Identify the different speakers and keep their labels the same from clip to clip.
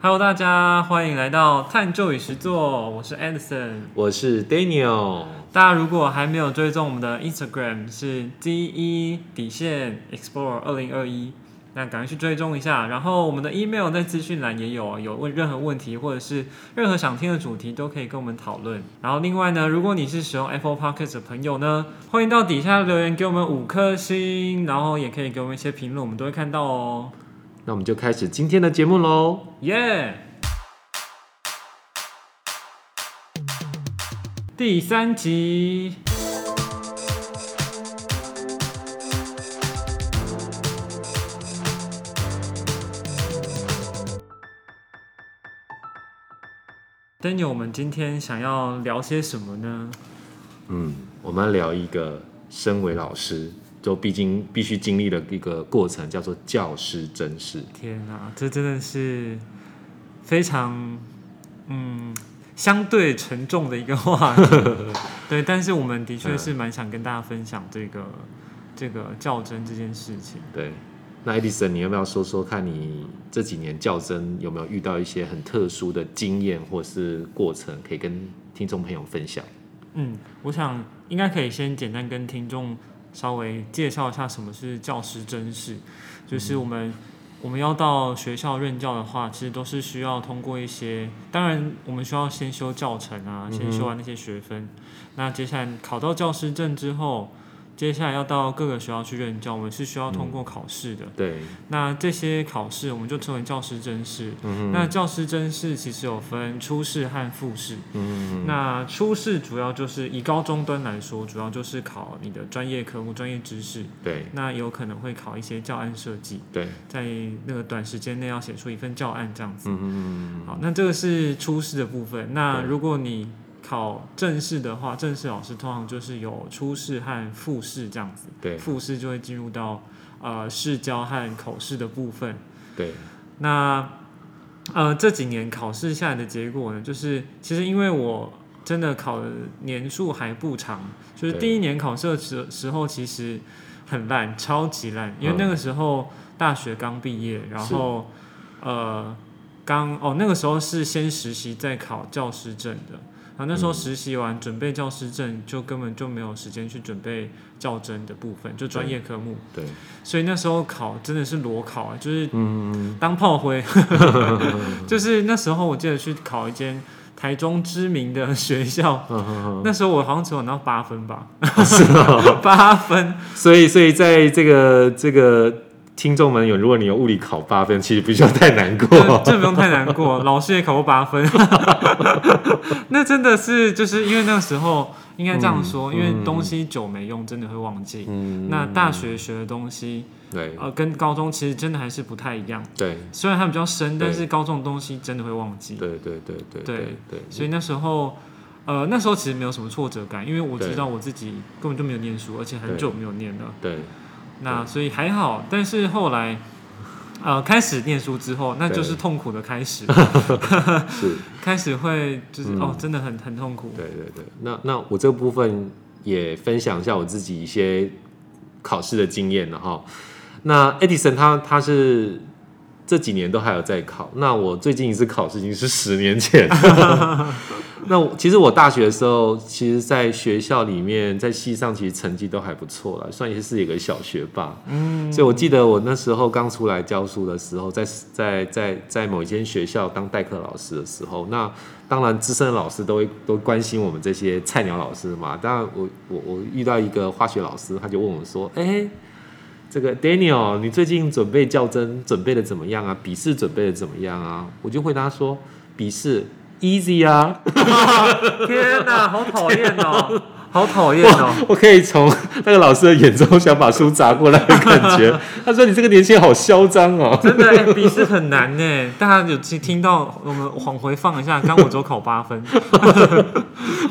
Speaker 1: Hello，大家欢迎来到探究与实作，我是 Anderson。
Speaker 2: 我是 Daniel，
Speaker 1: 大家如果还没有追踪我们的 Instagram 是 D E 底线 Explore 二零二一，那赶快去追踪一下。然后我们的 email 在资讯栏也有，有问任何问题或者是任何想听的主题都可以跟我们讨论。然后另外呢，如果你是使用 Apple Podcast 的朋友呢，欢迎到底下留言给我们五颗星，然后也可以给我们一些评论，我们都会看到哦。
Speaker 2: 那我们就开始今天的节目喽。
Speaker 1: 耶、第三集，Daniel，我们今天想要聊些什么呢？
Speaker 2: 嗯，我们要聊一个身为老师，就毕竟必须经历的一个过程，叫做教师甄试。
Speaker 1: 天啊，这真的是非常嗯相对沉重的一个话题。对，但是我们的确是蛮想跟大家分享这个、这个较真这件事情。
Speaker 2: 对，那 Edison，你要不要说说看你这几年教甄有没有遇到一些很特殊的经验或是过程，可以跟听众朋友分享？
Speaker 1: 嗯，我想应该可以先简单跟听众稍微介绍一下什么是教师甄试，就是我们、我们要到学校任教的话，其实都是需要通过一些，当然我们需要先修教程啊，先修完那些学分，那接下来考到教师证之后。接下来要到各个学校去任教，我们是需要通过考试的。
Speaker 2: 对，
Speaker 1: 那这些考试我们就称为教师甄试。
Speaker 2: 嗯
Speaker 1: 那教师甄试其实有分初试和复试。
Speaker 2: 嗯，
Speaker 1: 那初试主要就是以高中端来说，主要就是考你的专业科目、专业知识，
Speaker 2: 对
Speaker 1: 那有可能会考一些教案设计，
Speaker 2: 对，
Speaker 1: 在那个短时间内要写出一份教案这样子。
Speaker 2: 嗯嗯
Speaker 1: 好，那这个是初试的部分。那
Speaker 2: 对
Speaker 1: 如果你考正式的话，正式老师通常就是有初试和复试这样子，
Speaker 2: 对
Speaker 1: 复试就会进入到呃试教和口试的部分。
Speaker 2: 对，
Speaker 1: 那呃这几年考试下来的结果呢，就是其实因为我真的考的年数还不长，就是
Speaker 2: 对
Speaker 1: 第一年考试的时时候其实很烂，超级烂，因为
Speaker 2: 嗯
Speaker 1: 那个时候大学刚毕业，然后呃刚哦那个时候是先实习再考教师证的。然后那时候
Speaker 2: 嗯
Speaker 1: 实习完，准备教师证，就根本就没有时间去准备教甄的部分，就专业科目。
Speaker 2: 对，
Speaker 1: 所以那时候考真的是裸考啊，就是
Speaker 2: 嗯，
Speaker 1: 当炮 灰， 就是那时候我记得去考一间台中知名的学 校，
Speaker 2: 嗯
Speaker 1: 那时候我好像只有拿到八分吧，
Speaker 2: 是哦。
Speaker 1: 八分，
Speaker 2: 所以，所以在这个这个听众们有，如果你有物理考八分，其实不需要太 难
Speaker 1: 这
Speaker 2: 过。
Speaker 1: 这不用太难 过，老师也考过八分， 那真的是就是因为那时候应该这样说，
Speaker 2: 嗯
Speaker 1: 因为东西久没用，真的会忘记。
Speaker 2: 嗯，
Speaker 1: 那大学学的东西，
Speaker 2: 对
Speaker 1: 呃，跟高中其实真的还是不太一样，
Speaker 2: 对
Speaker 1: 虽然它比较深，
Speaker 2: 对
Speaker 1: 但是高中的东西真的会忘记。
Speaker 2: 对对对对
Speaker 1: 对
Speaker 2: 对，
Speaker 1: 所以那时候，呃，那时候其实没有什么挫折感，因为我知
Speaker 2: 对
Speaker 1: 道我自己根本就没有念书，而且很久没有念了。
Speaker 2: 对
Speaker 1: 那所以还好，但是后来，呃，开始念书之后，那就是
Speaker 2: 对
Speaker 1: 痛苦的开始，
Speaker 2: 是，
Speaker 1: 开始会就是、
Speaker 2: 嗯
Speaker 1: 哦，真的很很痛苦。
Speaker 2: 对对对。那那我这部分也分享一下我自己一些考试的经验了哈。那 Edison 他他是这几年都还有在考，那我最近一次考试已经是十年前。 那我其实我大学的时候，其实在学校里面，在系上其实成绩都还不错了，算也是一个小学霸。嗯，所以我记得我那时候刚出来教书的时候，在在在在某一间学校当代课老师的时候，那当然资深的老师都会都关心我们这些菜鸟老师嘛。当然我我我遇到一个化学老师，他就问我说：“哎、这个 Daniel，你最近准备较真准备的怎么样啊？笔试准备的怎么样啊？”我就回答说：“笔试 easy 啊。”
Speaker 1: 天哪，好讨厌 哦，好讨厌哦。
Speaker 2: 我可以从 那个老师的眼中想把书砸过来的感 觉。他说：“你这个年轻人好嚣张哦。
Speaker 1: 真的、欸，笔试很难呢、大家有听听到我们往回放一下，刚我只有考八分，”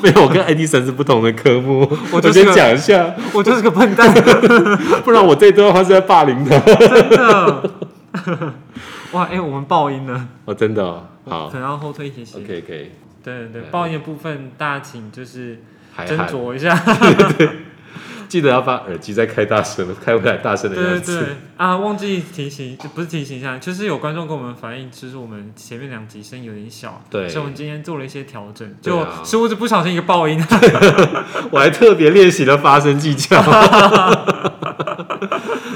Speaker 2: 没有，我跟爱迪生是不同的科目。
Speaker 1: 我
Speaker 2: 我
Speaker 1: 就是
Speaker 2: 先讲 一下，
Speaker 1: 我就是个笨蛋。
Speaker 2: 不然我这一段话是在霸凌他。
Speaker 1: 哇，哎、我们爆音了，
Speaker 2: 哦，真的、哦、好
Speaker 1: 可能要后退一些些。
Speaker 2: ，OK 可以，
Speaker 1: 对对对，
Speaker 2: 对
Speaker 1: 报业部分大家请就是
Speaker 2: 还
Speaker 1: 斟
Speaker 2: 好。
Speaker 1: 酌一下。
Speaker 2: 记得要把耳机再开大声，开回来大声 的
Speaker 1: 对对
Speaker 2: 样子。
Speaker 1: 对啊，忘记提醒，不是提醒一下，就是有观众跟我们反映，就是我们前面两集声音有点小，
Speaker 2: 对
Speaker 1: 所以我们今天做了一些调整，
Speaker 2: 对
Speaker 1: 就
Speaker 2: 啊
Speaker 1: 殊不知不小心一个爆音，
Speaker 2: 我还特别练习了发声技巧。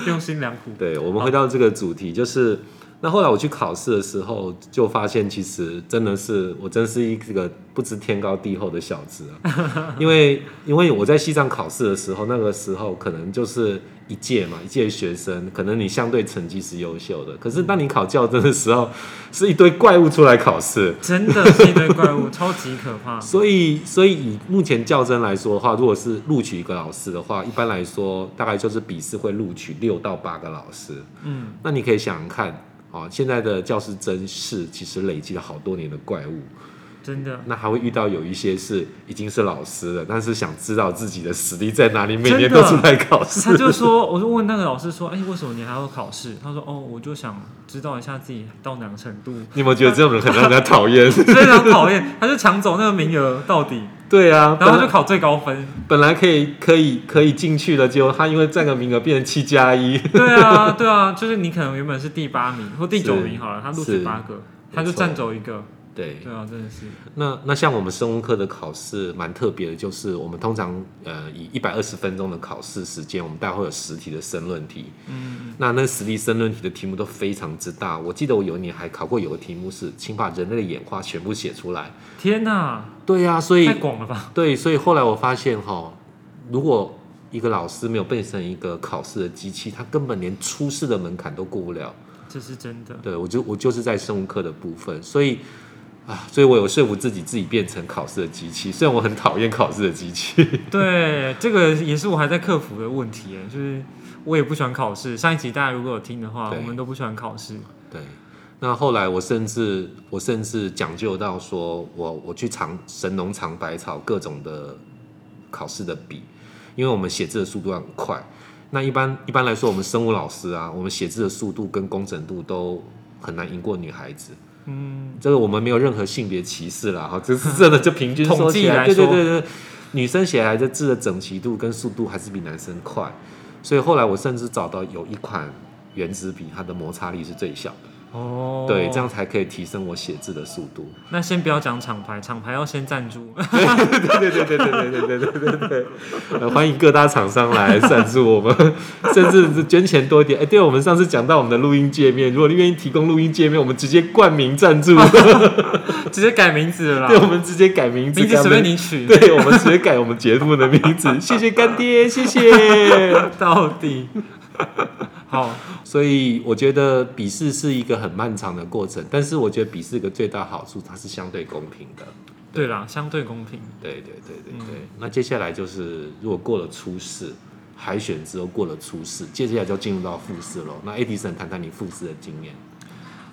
Speaker 1: 用心良苦。
Speaker 2: 对，我们回到这个主题，就是那后来我去考试的时候，就发现其实真的是我真是一个不知天高地厚的小子啊， 因为因为我在西藏考试的时候，那个时候可能就是一届嘛，一届学生，可能你相对成绩是优秀的，可是当你考教甄的时候，是一堆怪物出来考试。
Speaker 1: 真的是一堆怪物，超级可怕。
Speaker 2: 所以，所以以目前教甄来说的话，如果是录取一个老师的话，一般来说大概就是笔试会录取六到八个老师。
Speaker 1: 嗯，
Speaker 2: 那你可以想想看，哦，现在的教师真是其实累积了好多年的怪物，
Speaker 1: 真的，
Speaker 2: 那还会遇到有一些是已经是老师了，但是想知道自己的实力在哪里，每年都出来考试
Speaker 1: 他。就说，我就问那个老师说，哎、为什么你还要考试？他说，哦，我就想知道一下自己到哪个程度，
Speaker 2: 你有没有觉得这种人很让人家 讨厌？
Speaker 1: 非常讨厌，他就抢走那个名额到底，
Speaker 2: 对啊，
Speaker 1: 然
Speaker 2: 本
Speaker 1: 后就
Speaker 2: 来
Speaker 1: 考最高分。
Speaker 2: 本来可以可以可以进去的，结果他因为占个名额变成七加一，
Speaker 1: 对啊，对啊，就是你可能原本是第八名或第九
Speaker 2: 是
Speaker 1: 名好了，他录
Speaker 2: 是
Speaker 1: 取八个，他就
Speaker 2: 没错
Speaker 1: 占走一个。
Speaker 2: 对。
Speaker 1: 对啊，真的是，
Speaker 2: 那那像我们生物课的考试蛮特别的，就是我们通常呃以一百二十分钟的考试时间，我们大概会有十题的申论题。
Speaker 1: 嗯，
Speaker 2: 那那实地申论题的题目都非常之大，我记得我有一年还考过有个题目是，请把人类的演化全部写出来。
Speaker 1: 天哪，
Speaker 2: 对呀、所以
Speaker 1: 太广了吧？
Speaker 2: 对，所以后来我发现哈，如果一个老师没有变成一个考试的机器，他根本连初试的门槛都过不了。
Speaker 1: 这是真的，
Speaker 2: 对我就我就是在生物课的部分，所以啊，所以我有说服自己自己变成考试的机器，虽然我很讨厌考试的机器。
Speaker 1: 对，这个也是我还在克服的问题耶，就是我也不喜欢考试。上一集大家如果有听的话，
Speaker 2: 对
Speaker 1: 我们都不喜欢考试。
Speaker 2: 对，那后来我甚至我甚至讲究到说我我去尝神农尝百草各种的考试的笔，因为我们写字的速度要很快。那一般一般来说，我们生物老师啊，我们写字的速度跟工整度都很难赢过女孩子。
Speaker 1: 嗯，
Speaker 2: 这个我们没有任何性别歧视啦，哈，这是真的，就平均
Speaker 1: 统
Speaker 2: 说
Speaker 1: 计
Speaker 2: 起
Speaker 1: 来
Speaker 2: 来，对对
Speaker 1: 说
Speaker 2: 对对，女生写来的字的整齐度跟速度还是比男生快，所以后来我甚至找到有一款原子笔，它的摩擦力是最小的，
Speaker 1: 哦，
Speaker 2: 对，这样。才可以提升我写字的速度。
Speaker 1: 那先不要讲厂牌，厂牌要先赞助。
Speaker 2: 对对对对对对对对对对对，呃欢迎各大厂商来赞助我们，甚至是捐钱多一点。哎，对，我们上次讲到我们的录音界面，如果你愿意提供录音界面，我们直接冠名赞助，
Speaker 1: 直接改名字了
Speaker 2: 对，
Speaker 1: 啦，
Speaker 2: 我们直接改名字，
Speaker 1: 名字
Speaker 2: 改
Speaker 1: 随便你取。
Speaker 2: 对，我们直接改我们节目的名字，谢谢干爹，谢谢。
Speaker 1: 到 底好，
Speaker 2: 所以我觉得笔试是一个很漫长的过程，但是我觉得笔试有个最大好处，它是相对公平的。
Speaker 1: 对啦，相对公平。
Speaker 2: 对对对对
Speaker 1: 嗯
Speaker 2: 对。那接下来就是，如果过了初试海选之后过了初试，接下来就进入到复试喽。那 Edison 谈谈你复试的经验。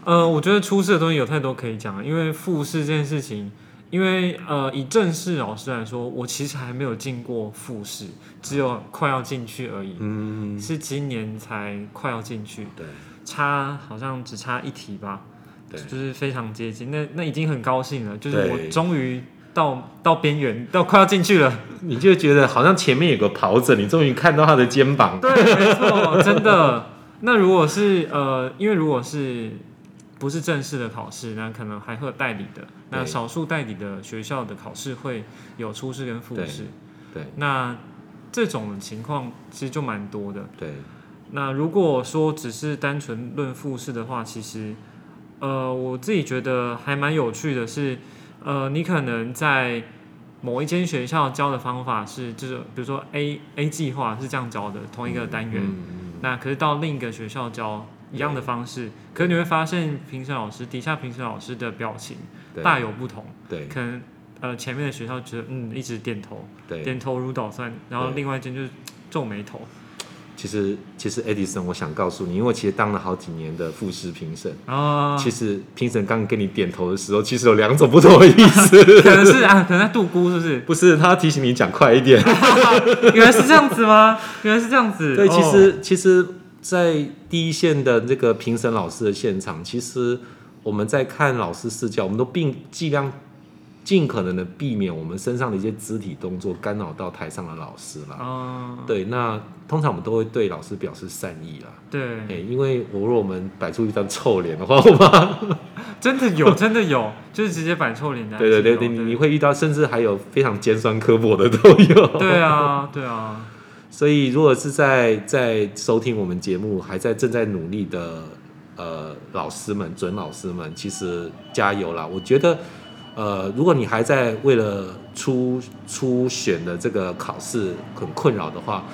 Speaker 1: 呃，我觉得初试的东西有太多可以讲了，因为复试这件事情，因为呃，以正式老师来说，我其实还没有进过复试，只有快要进去而已，
Speaker 2: 嗯，
Speaker 1: 是今年才快要进去，
Speaker 2: 对
Speaker 1: 差好像只差一题吧，
Speaker 2: 对
Speaker 1: 就是非常接近，那那已经很高兴了，就是
Speaker 2: 对
Speaker 1: 我终于到到边缘，到快要进去了，
Speaker 2: 你就觉得好像前面有个跑者，你终于看到他的肩膀。
Speaker 1: 对，没错，真的。那如果是呃，因为如果是不是正式的考试，那可能还会有代理的。那
Speaker 2: 对
Speaker 1: 少数代理的学校的考试会有初试跟复试。
Speaker 2: 对
Speaker 1: 那这种情况其实就蛮多的。
Speaker 2: 对
Speaker 1: 那如果说只是单纯论复试的话，其实呃，我自己觉得还蛮有趣的是，呃，你可能在某一间学校教的方法是，就是比如说 A A 计划是这样教的，同一个单元。
Speaker 2: 嗯嗯
Speaker 1: 那可是到另一个学校教一样的方式，可是你会发现评审老师底下评审老师的表情
Speaker 2: 对
Speaker 1: 大有不同，
Speaker 2: 对
Speaker 1: 可能呃前面的学校觉得嗯一直点头
Speaker 2: 对。
Speaker 1: 点头如捣蒜，然后
Speaker 2: 对
Speaker 1: 另外一间就是嗯皱眉头
Speaker 2: 其实，其实 Edison，我想告诉你，因为我其实当了好几年的复试评审。
Speaker 1: 啊，
Speaker 2: 其实评审刚跟你点头的时候，其实有两种不同的意 思。
Speaker 1: 可能是啊可能在度估是不是？
Speaker 2: 不是，他提醒你讲快一点。
Speaker 1: 原来是这样子吗？原来是这样子，
Speaker 2: 对，
Speaker 1: 哦
Speaker 2: 其实其实，在第一线的这个评审老师的现场，其实我们在看老师视角，我们都并尽量尽可能的避免我们身上的一些肢体动作干扰到台上的老师啦。
Speaker 1: 哦，
Speaker 2: 对，那通常我们都会对老师表示善意啦。哎、
Speaker 1: 对，
Speaker 2: 因为我如果我们摆出一张臭脸的话，我怕
Speaker 1: 真的 有，真的有，就是直接摆臭脸的。
Speaker 2: 对对对对，你你会遇到，甚至还有非常尖酸刻薄的都有。
Speaker 1: 对啊，对啊，
Speaker 2: 所以，如果是在在收听我们节目，还在正在努力的呃老师们、准老师们，其实加油啦！我觉得，呃，如果你还在为了初初选的这个考试很困扰的话，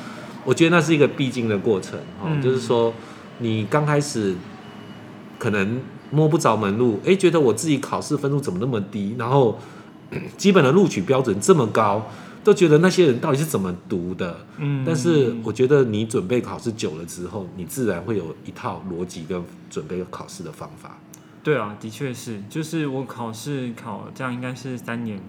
Speaker 2: 我觉得那是一个必经的过程哦，
Speaker 1: 嗯
Speaker 2: 就是说你刚开始可能摸不着门路，诶，觉得我自己考试分数怎么那么低，然后嗯基本的录取标准这么高，都觉得那些人到底是怎么读的？
Speaker 1: 嗯，
Speaker 2: 但是我觉得你准备考试久了之后，你自然会有一套逻辑跟准备考试的方法。
Speaker 1: 对啊，的确是，就是我考试考这样应该是三年，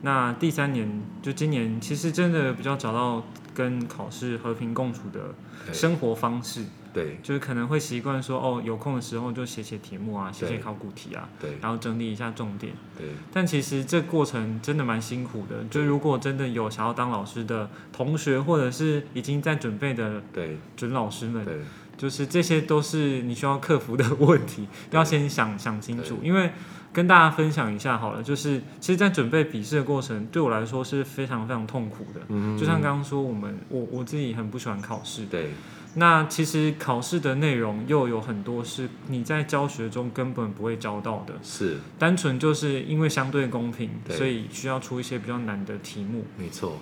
Speaker 1: 那第三年就今年，其实真的比较找到跟考试和平共处的生活方式，
Speaker 2: 对
Speaker 1: 就是可能会习惯说哦，有空的时候就写写题目啊，写写
Speaker 2: 对
Speaker 1: 考古题啊，
Speaker 2: 对
Speaker 1: 然后整理一下重点。
Speaker 2: 对
Speaker 1: 但其实这过程真的蛮辛苦的，就如果真的有想要当老师的同学，或者是已经在准备的
Speaker 2: 对
Speaker 1: 准老师们，
Speaker 2: 对
Speaker 1: 就是这些都是你需要克服的 问题，要先想想清楚。因为跟大家分享一下好了，就是其实，在准备笔试的过程，对我来说是非常非常痛苦的。
Speaker 2: 嗯
Speaker 1: 就像刚刚说，我们我我自己很不喜欢考试，
Speaker 2: 对
Speaker 1: 那其实考试的内容又有很多是你在教学中根本不会教到的，
Speaker 2: 是
Speaker 1: 单纯就是因为相对公平，
Speaker 2: 对
Speaker 1: 所以需要出一些比较难的题目。
Speaker 2: 没错，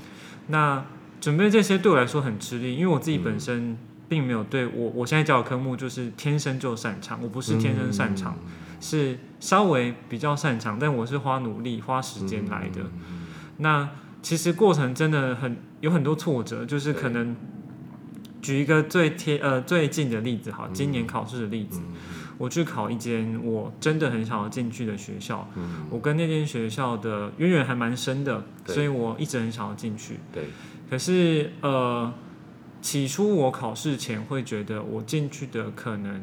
Speaker 1: 那准备这些对我来说很吃力，因为我自己本身并没有对我我现在教的科目就是天生就擅长，我不是天生擅长，
Speaker 2: 嗯
Speaker 1: 是稍微比较擅长，但我是花努力花时间来的。
Speaker 2: 嗯
Speaker 1: 那其实过程真的很有很多挫折，就是可能举一个最贴呃最近的例子，好，今年考试的例
Speaker 2: 嗯
Speaker 1: 子，我去考一间我真的很想要进去的学校，
Speaker 2: 嗯
Speaker 1: 我跟那间学校的渊源还蛮深的，
Speaker 2: 对
Speaker 1: 所以我一直很想要进去。
Speaker 2: 对
Speaker 1: 可是呃，起初我考试前会觉得我进去的可能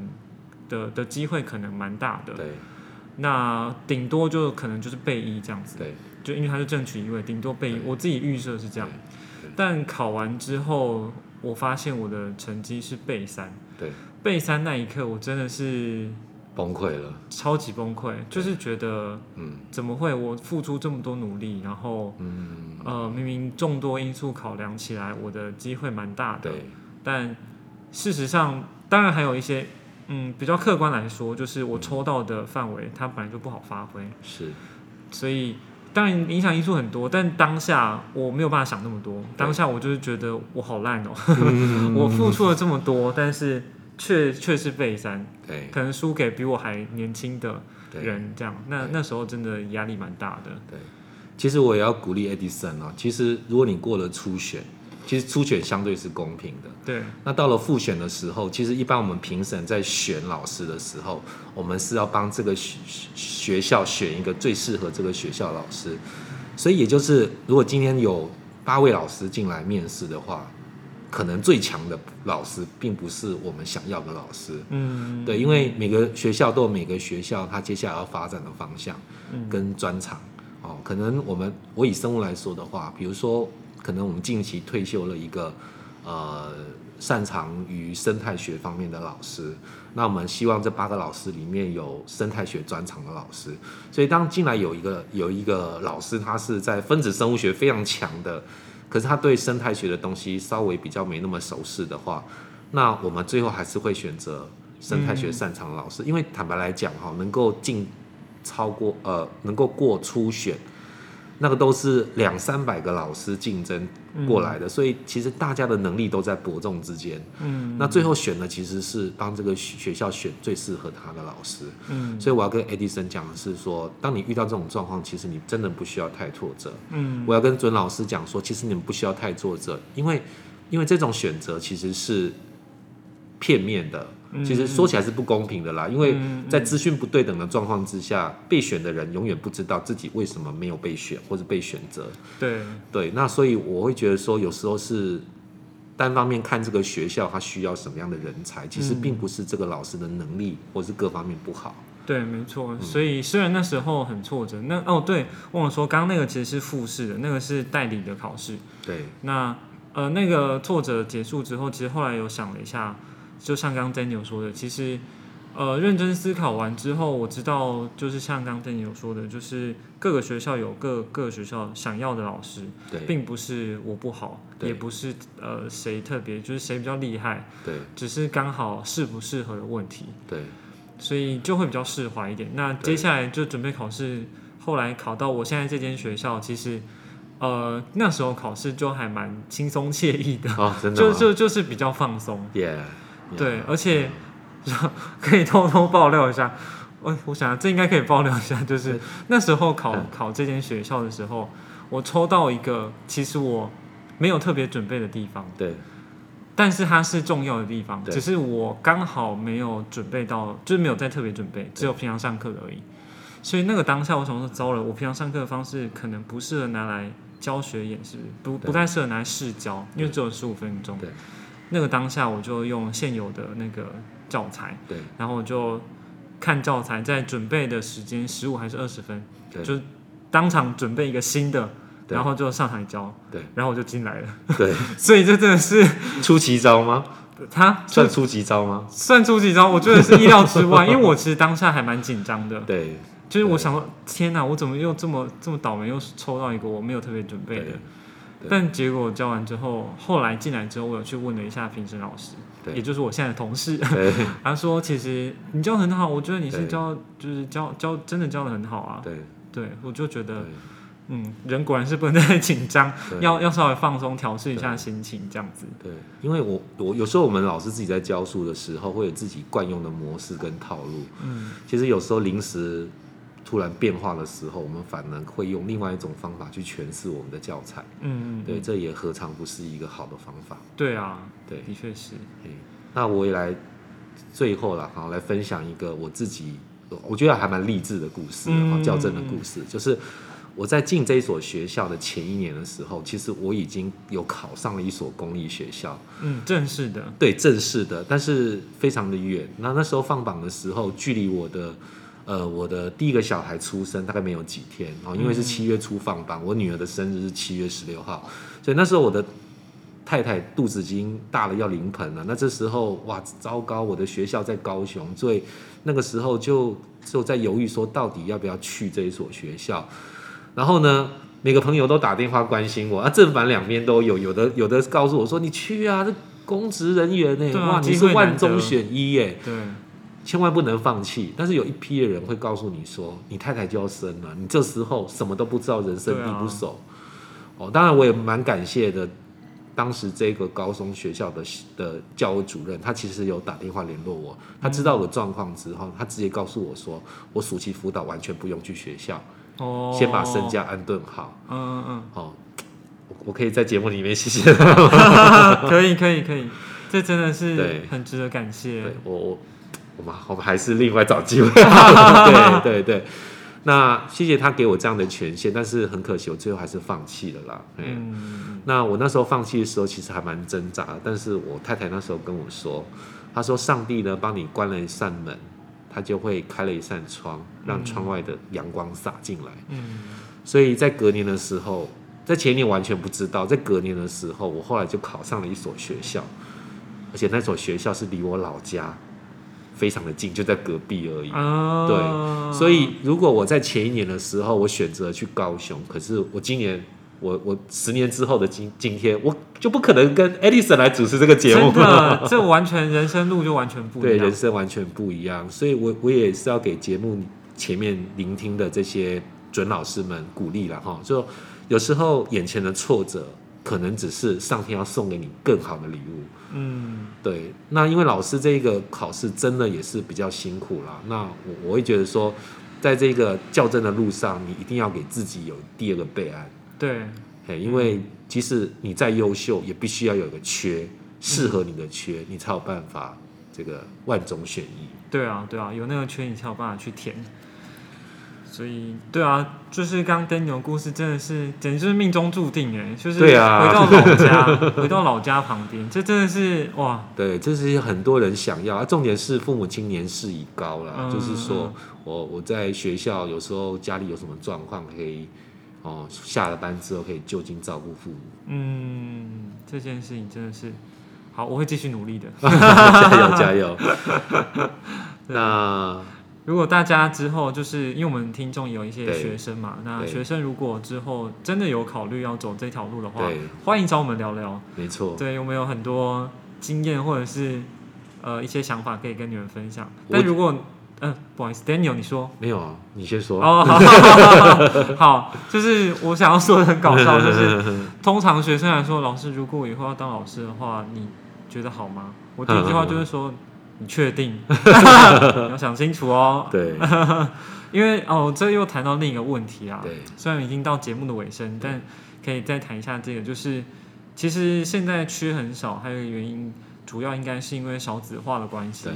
Speaker 1: 的的机会可能蛮大的，
Speaker 2: 对
Speaker 1: 那顶多就可能就是备一这样子，
Speaker 2: 对
Speaker 1: 就因为他是正取一位，顶多备一
Speaker 2: 对。
Speaker 1: 我自己预设是这样，但考完之后，我发现我的成绩是备三，
Speaker 2: 对
Speaker 1: 备三那一刻我真的是
Speaker 2: 崩溃了，
Speaker 1: 超级崩溃，就是觉得
Speaker 2: 嗯
Speaker 1: 怎么会我付出这么多努力，然后
Speaker 2: 嗯
Speaker 1: 呃明明众多因素考量起来，我的机会蛮大的。
Speaker 2: 对
Speaker 1: 但事实上，当然还有一些，嗯，比较客观来说，就是我抽到的范围，它本来就不好发挥，
Speaker 2: 是
Speaker 1: 所以当然影响因素很多，但当下我没有办法想那么多，当下我就是觉得我好烂 哦， 我付出了这么多，但是却却是被删，
Speaker 2: 对
Speaker 1: 可能输给比我还年轻的
Speaker 2: 对
Speaker 1: 人，这样，那
Speaker 2: 对
Speaker 1: 那时候真的压力蛮大的，
Speaker 2: 对，其实我也要鼓励 Edison 啊。其实如果你过了初选，其实初选相对是公平的。
Speaker 1: 对，
Speaker 2: 那到了复选的时候，其实一般我们评审在选老师的时候，我们是要帮这个学学校选一个最适合这个学校的老师。所以也就是，如果今天有八位老师进来面试的话，可能最强的老师并不是我们想要的老师。
Speaker 1: 嗯，
Speaker 2: 对，因为每个学校都有每个学校它接下来要发展的方向
Speaker 1: 嗯
Speaker 2: 跟专长哦。可能我们我以生物来说的话，比如说可能我们近期退休了一个呃擅长于生态学方面的老师，那我们希望这八个老师里面有生态学专长的老师，所以当进来有一个有一个老师，他是在分子生物学非常强的，可是他对生态学的东西稍微比较没那么熟识的话，那我们最后还是会选择生态学擅长的老师，因为坦白来讲哈，能够进超过呃能够过初选，那个都是两三百个老师竞争过来的，所以其实大家的能力都在伯仲之间。
Speaker 1: 嗯
Speaker 2: 那最后选的其实是帮这个学校选最适合他的老师。
Speaker 1: 嗯
Speaker 2: 所以我要跟 Edison 讲的是说，当你遇到这种状况，其实你真的不需要太挫折。
Speaker 1: 嗯，
Speaker 2: 我要跟准老师讲说，其实你们不需要太挫折，因为因为这种选择其实是片面的，
Speaker 1: 嗯
Speaker 2: 其实说起来是不公平的啦。因为
Speaker 1: 嗯
Speaker 2: 在资讯不对等的状况之下，被选的人永远不知道自己为什么没有被选或者被选择。
Speaker 1: 对，
Speaker 2: 对，那所以我会觉得说，有时候是单方面看这个
Speaker 1: 嗯
Speaker 2: 学校它需要什么样的人才，其实并不是这个老师的能力或是各方面不好。
Speaker 1: 对，没错。
Speaker 2: 嗯
Speaker 1: 所以虽然那时候很挫折，那哦对，忘了说，刚刚那个其实是复试的，那个是代理的考试。
Speaker 2: 对，
Speaker 1: 那呃，那个挫折结束之后，其实后来有想了一下，就像刚刚 Daniel 说的，其实呃认真思考完之后，我知道就是像刚刚 Daniel 说的，就是各个学校有各各个学校想要的老师，
Speaker 2: 对，
Speaker 1: 并不是我不好，
Speaker 2: 对
Speaker 1: 也不是呃谁特别，就是谁比较厉害，
Speaker 2: 对，
Speaker 1: 只是刚好适不适合的问题。
Speaker 2: 对，
Speaker 1: 所以就会比较释怀一点。那接下来就准备考试，后来考到我现在这间学校，其实呃那时候考试就还蛮轻松惬意的，
Speaker 2: 哦，真的
Speaker 1: 就
Speaker 2: 吗，
Speaker 1: 就就是比较放松。
Speaker 2: 耶，
Speaker 1: 对，而且
Speaker 2: 嗯
Speaker 1: 可以偷偷爆料一下，我我想这应该可以爆料一下，就是那时候考
Speaker 2: 嗯
Speaker 1: 考这间学校的时候，我抽到一个其实我没有特别准备的地方，
Speaker 2: 对，
Speaker 1: 但是它是重要的地方，
Speaker 2: 对
Speaker 1: 只是我刚好没有准备到，就是没有在特别准备，只有平常上课而已。所以那个当下，我想说糟了，我平常上课的方式可能不适合拿来教学演示，不
Speaker 2: 对
Speaker 1: 不太适合拿来试教，因为只有十五分钟
Speaker 2: 对。
Speaker 1: 那个当下，我就用现有的那个教材，
Speaker 2: 对，
Speaker 1: 然后我就看教材，在准备的时间十五还是二十分，
Speaker 2: 对，
Speaker 1: 就当场准备一个新的，
Speaker 2: 对
Speaker 1: 然后就上台教，
Speaker 2: 对，
Speaker 1: 然后我就进来了。
Speaker 2: 对，
Speaker 1: 所以这真的是
Speaker 2: 出奇招吗？
Speaker 1: 他
Speaker 2: 算出奇招吗？
Speaker 1: 算出几招，我觉得是意料之外，因为我其实当下还蛮紧张的，
Speaker 2: 对，
Speaker 1: 就是我想说，天哪，我怎么又这么这么倒霉，又抽到一个我没有特别准备的
Speaker 2: 对。对
Speaker 1: 但结果教完之后，后来进来之后，我有去问了一下评审老师，
Speaker 2: 对
Speaker 1: 也就是我现在的同事，
Speaker 2: 对，
Speaker 1: 他说其实你教得很好，我觉得你是
Speaker 2: 对
Speaker 1: 教就是教教真的教的很好啊。
Speaker 2: 对，
Speaker 1: 对，我就觉得
Speaker 2: 对，
Speaker 1: 嗯，人果然是不能太紧张，
Speaker 2: 对
Speaker 1: 要要稍微放松，调试一下心情，这样子。
Speaker 2: 对，因为我我有时候我们老师自己在教书的时候，会有自己惯用的模式跟套路。
Speaker 1: 嗯，
Speaker 2: 其实有时候临时突然变化的时候，我们反而会用另外一种方法去诠释我们的教材。
Speaker 1: 嗯，嗯
Speaker 2: 对，，这也何尝不是一个好的方法？
Speaker 1: 对啊，
Speaker 2: 对，
Speaker 1: 的确是，
Speaker 2: 嘿那我也来最后了，好来分享一个我自己我觉得还蛮励志的故事，
Speaker 1: 嗯
Speaker 2: 好校正的故事，就是我在进这所学校的前一年的时候，其实我已经有考上了一所公立学校。
Speaker 1: 嗯，正式的，
Speaker 2: 对，正式的，但是非常的远。那那时候放榜的时候，距离我的呃我的第一个小孩出生大概没有几天哦，因为是七月初放榜，我女儿的生日是七月十六号，所以那时候我的太太肚子已经大了要临盆了。那这时候哇，糟糕，我的学校在高雄，所以那个时候就就在犹豫说到底要不要去这一所学校。然后呢，每个朋友都打电话关心我啊，正反两边都有，有的有的告诉我说你去啊，这公职人员呢、
Speaker 1: 对啊
Speaker 2: 哇，你
Speaker 1: 机
Speaker 2: 是
Speaker 1: 会难
Speaker 2: 万
Speaker 1: 得
Speaker 2: 中选一耶、
Speaker 1: 对，
Speaker 2: 千万不能放弃。但是有一批的人会告诉你说，你太太就要生了，你这时候什么都不知道，人生
Speaker 1: 对
Speaker 2: 地
Speaker 1: 啊
Speaker 2: 不熟。哦，当然我也蛮感谢的，当时这个高中学校的的教务主任，他其实有打电话联络我，他知道我的状况之后，他直接告诉我说，我暑期辅导完全不用去学校，
Speaker 1: 哦，
Speaker 2: 先把身，家安顿好。
Speaker 1: 嗯嗯
Speaker 2: 哦，我我可以在节目里面谢谢他。
Speaker 1: 嗯，可以可以可以，这真的是
Speaker 2: 对
Speaker 1: 很值得感
Speaker 2: 对
Speaker 1: 谢，
Speaker 2: 我我我们我们还是另外找机会好了。对对对，那谢谢他给我这样的权限，但是很可惜，我最后还是放弃了啦。哎
Speaker 1: 嗯，
Speaker 2: 那我那时候放弃的时候，其实还蛮挣扎的，但是我太太那时候跟我说，她说上帝呢帮你关了一扇门，他就会开了一扇窗，让窗外的阳光洒进来。
Speaker 1: 嗯
Speaker 2: 所以在隔年的时候，在前年完全不知道，在隔年的时候，我后来就考上了一所学校，而且那所学校是离我老家非常的近，就在隔壁而已。
Speaker 1: 啊，
Speaker 2: 嗯对所以如果我在前一年的时候，我选择去高雄，可是我今年。我我十年之后的今今天，我就不可能跟 Edison 来主持这个节目
Speaker 1: 真的，这完全人生路就完全不
Speaker 2: 对
Speaker 1: 一样
Speaker 2: 人，生完全不一样。所以我我也是要给节目前面聆听的这些准老师们鼓励了哈，就有时候眼前的挫折，可能只是上天要送给你更好的礼物。
Speaker 1: 嗯，
Speaker 2: 对，那因为老师这个考试真的也是比较辛苦啦。那我我会觉得说，在这个校正的路上，你一定要给自己有第二个备案。
Speaker 1: 对，
Speaker 2: 嘿，
Speaker 1: 嗯
Speaker 2: 因为即使你再优秀，也必须要有一个缺，适合你的缺，你才有办法这个万中选一。
Speaker 1: 对啊对啊，有那个圈你才有办法去填，所以对啊，就是刚刚 Daniel 的故事真的是简直就是命中注定哎，就是回
Speaker 2: 对啊
Speaker 1: 到老家， 回到老家旁边，这真的是哇，
Speaker 2: 对，这是很多人想要。啊、重点是父母亲年事已高啦，
Speaker 1: 嗯
Speaker 2: 就是说我我在学校有时候家里有什么状况，可以哦下了班之后可以就近照顾 父母。
Speaker 1: 嗯，这件事情真的是好，我会继续努力的。
Speaker 2: 加油加 油！那
Speaker 1: 如果大家之后就是因为我们听众有一些
Speaker 2: 对
Speaker 1: 学生嘛，那
Speaker 2: 对
Speaker 1: 学生如果之后真的有考虑要走这条路的话
Speaker 2: 对，
Speaker 1: 欢迎找我们聊聊。
Speaker 2: 没错，
Speaker 1: 对，有没有很多经验或者是呃一些想法可以跟你们分享？
Speaker 2: 我
Speaker 1: 但如果嗯、不好意思，Daniel，你说
Speaker 2: 没有啊，你先说。
Speaker 1: 哦， 好好好好，就是我想要说的很搞笑，就是通常学生来说，老师如果我以后要当老师的话，你觉得好吗？我第一句话就是说，你确定？ 你要想清楚哦，
Speaker 2: 对
Speaker 1: 因为哦，这又谈到另一个问题啊。
Speaker 2: 对，
Speaker 1: 虽然已经到节目的尾声，但可以再谈一下这个，就是其实现在缺很少，还有一个原因，主要应该是因为少子化的关系
Speaker 2: 对。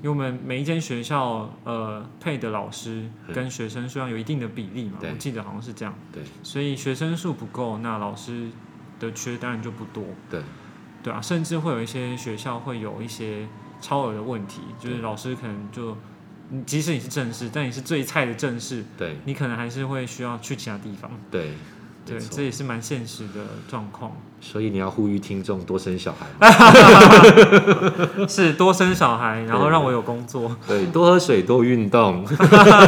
Speaker 1: 因为我们每一间学校，呃，配的老师跟学生数量有一定的比例嘛，
Speaker 2: 嗯对
Speaker 1: 我记得好像是这样。
Speaker 2: 对，
Speaker 1: 所以学生数不够，那老师的缺当然就不多。
Speaker 2: 对，
Speaker 1: 对啊，甚至会有一些学校会有一些超额的问题，就是
Speaker 2: 对
Speaker 1: 老师可能就，你即使你是正式，但你是最菜的正式，
Speaker 2: 对
Speaker 1: 你可能还是会需要去其他地方。
Speaker 2: 对，
Speaker 1: 对，
Speaker 2: 嗯
Speaker 1: 这
Speaker 2: 没错。
Speaker 1: 也是蛮现实的状 况。
Speaker 2: 所以你要呼吁听众多生小孩 嘛，
Speaker 1: 是多生小孩，然后
Speaker 2: 对
Speaker 1: 让我有工作。
Speaker 2: 对，多喝水，多运 动，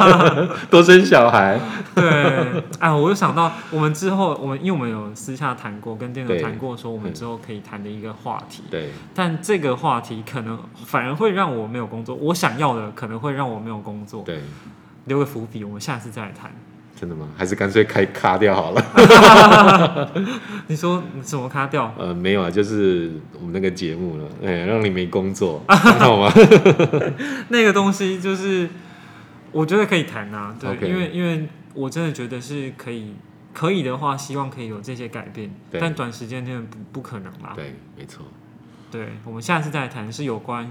Speaker 2: 多生小孩。
Speaker 1: 对，哎，我又想到我们之后，我们因为我们有私下谈过，跟店长
Speaker 2: 对
Speaker 1: 谈过，说我们
Speaker 2: 嗯
Speaker 1: 之后可以谈的一个话题。
Speaker 2: 对
Speaker 1: 但这个话题可能反而会让我没有工作，我想要的可能会让我没有工作。
Speaker 2: 对，
Speaker 1: 留个伏笔，我们下次再来谈。
Speaker 2: 真的吗？还是干脆开卡掉好了。
Speaker 1: 你说怎么卡掉？
Speaker 2: 呃，没有啊，就是我们那个节目了，哎、让你没 工作，好吗？
Speaker 1: 那个东西就是，我觉得可以谈啊，对
Speaker 2: OK
Speaker 1: 因为因为我真的觉得是可以，可以的话，希望可以有这些改变，
Speaker 2: 对
Speaker 1: 但短时间内不不可能啦。
Speaker 2: 对，没错。
Speaker 1: 对，我们下次再来谈是有关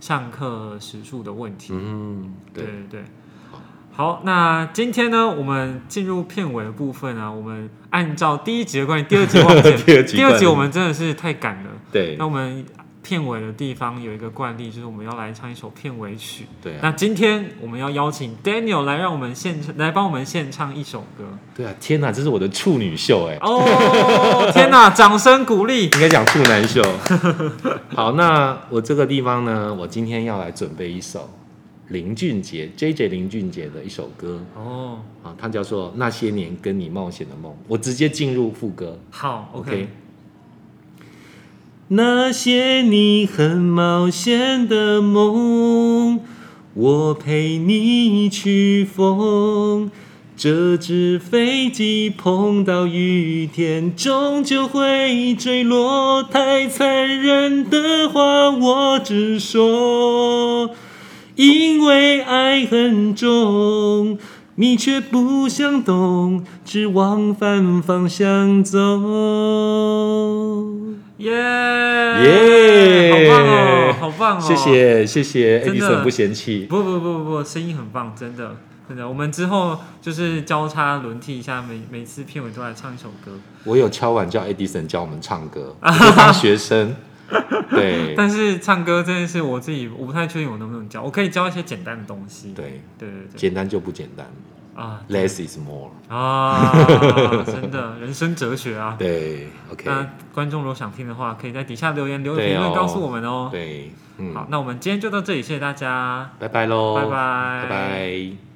Speaker 1: 上课时数的问题。
Speaker 2: 嗯，
Speaker 1: 对
Speaker 2: 对，，
Speaker 1: 对对。好，那今天呢，我们进入片尾的部分啊，我们按照第一集的关于第二集忘记了
Speaker 2: 第二集
Speaker 1: 第二集
Speaker 2: 惯例
Speaker 1: 我们真嗯的是太赶了。
Speaker 2: 对
Speaker 1: 那，我们片尾的地方有一个惯例，就是我们要来唱一首片尾曲。
Speaker 2: 对啊，
Speaker 1: 那今天我们要邀请 Daniel 来让我们现来帮我们献唱一首 歌。
Speaker 2: 对啊，天哪，这是我的处女秀哎、
Speaker 1: 哦，天哪！掌声鼓励。
Speaker 2: 应该讲处 男秀。好，那我这个地方呢，我今天要来准备一首林俊杰 J J 林俊杰的一首歌
Speaker 1: 哦，
Speaker 2: 啊，它叫做《那些年跟你冒险的梦》，我直接进入副歌。
Speaker 1: 好
Speaker 2: OK
Speaker 1: ，OK，
Speaker 2: 那些你很冒险的梦，我陪你去疯。这只飞机碰到雨天，终究会坠落。太残忍的话，我只说。因为爱很重，你却不想懂，只往反方向走。
Speaker 1: 耶
Speaker 2: 耶
Speaker 1: 好棒哦，好棒哦，
Speaker 2: 谢。谢谢谢
Speaker 1: 真的
Speaker 2: ，Edison 不嫌弃。
Speaker 1: 不不不不不，声音很棒，真的真的。我们之后就是交叉轮替一下，每每次片尾都来唱一首歌。
Speaker 2: 我有敲碗叫 Edison 教我们唱 歌，我就当学生。对
Speaker 1: 但是唱歌这件事，我自己我不太确定我能不能教，我可以教一些简单的东西。
Speaker 2: 对，
Speaker 1: 对对对，
Speaker 2: 简单就不简单
Speaker 1: 啊
Speaker 2: ，less is more
Speaker 1: 啊，真的人生哲学啊。
Speaker 2: 对。OK，
Speaker 1: 那观众如果想听的话，可以在底下留言留言
Speaker 2: 对
Speaker 1: 评论
Speaker 2: 哦
Speaker 1: 告诉我们哦。
Speaker 2: 对，嗯，
Speaker 1: 好，那我们今天就到这里，谢谢大家，
Speaker 2: 拜拜喽，
Speaker 1: 拜拜
Speaker 2: 拜拜。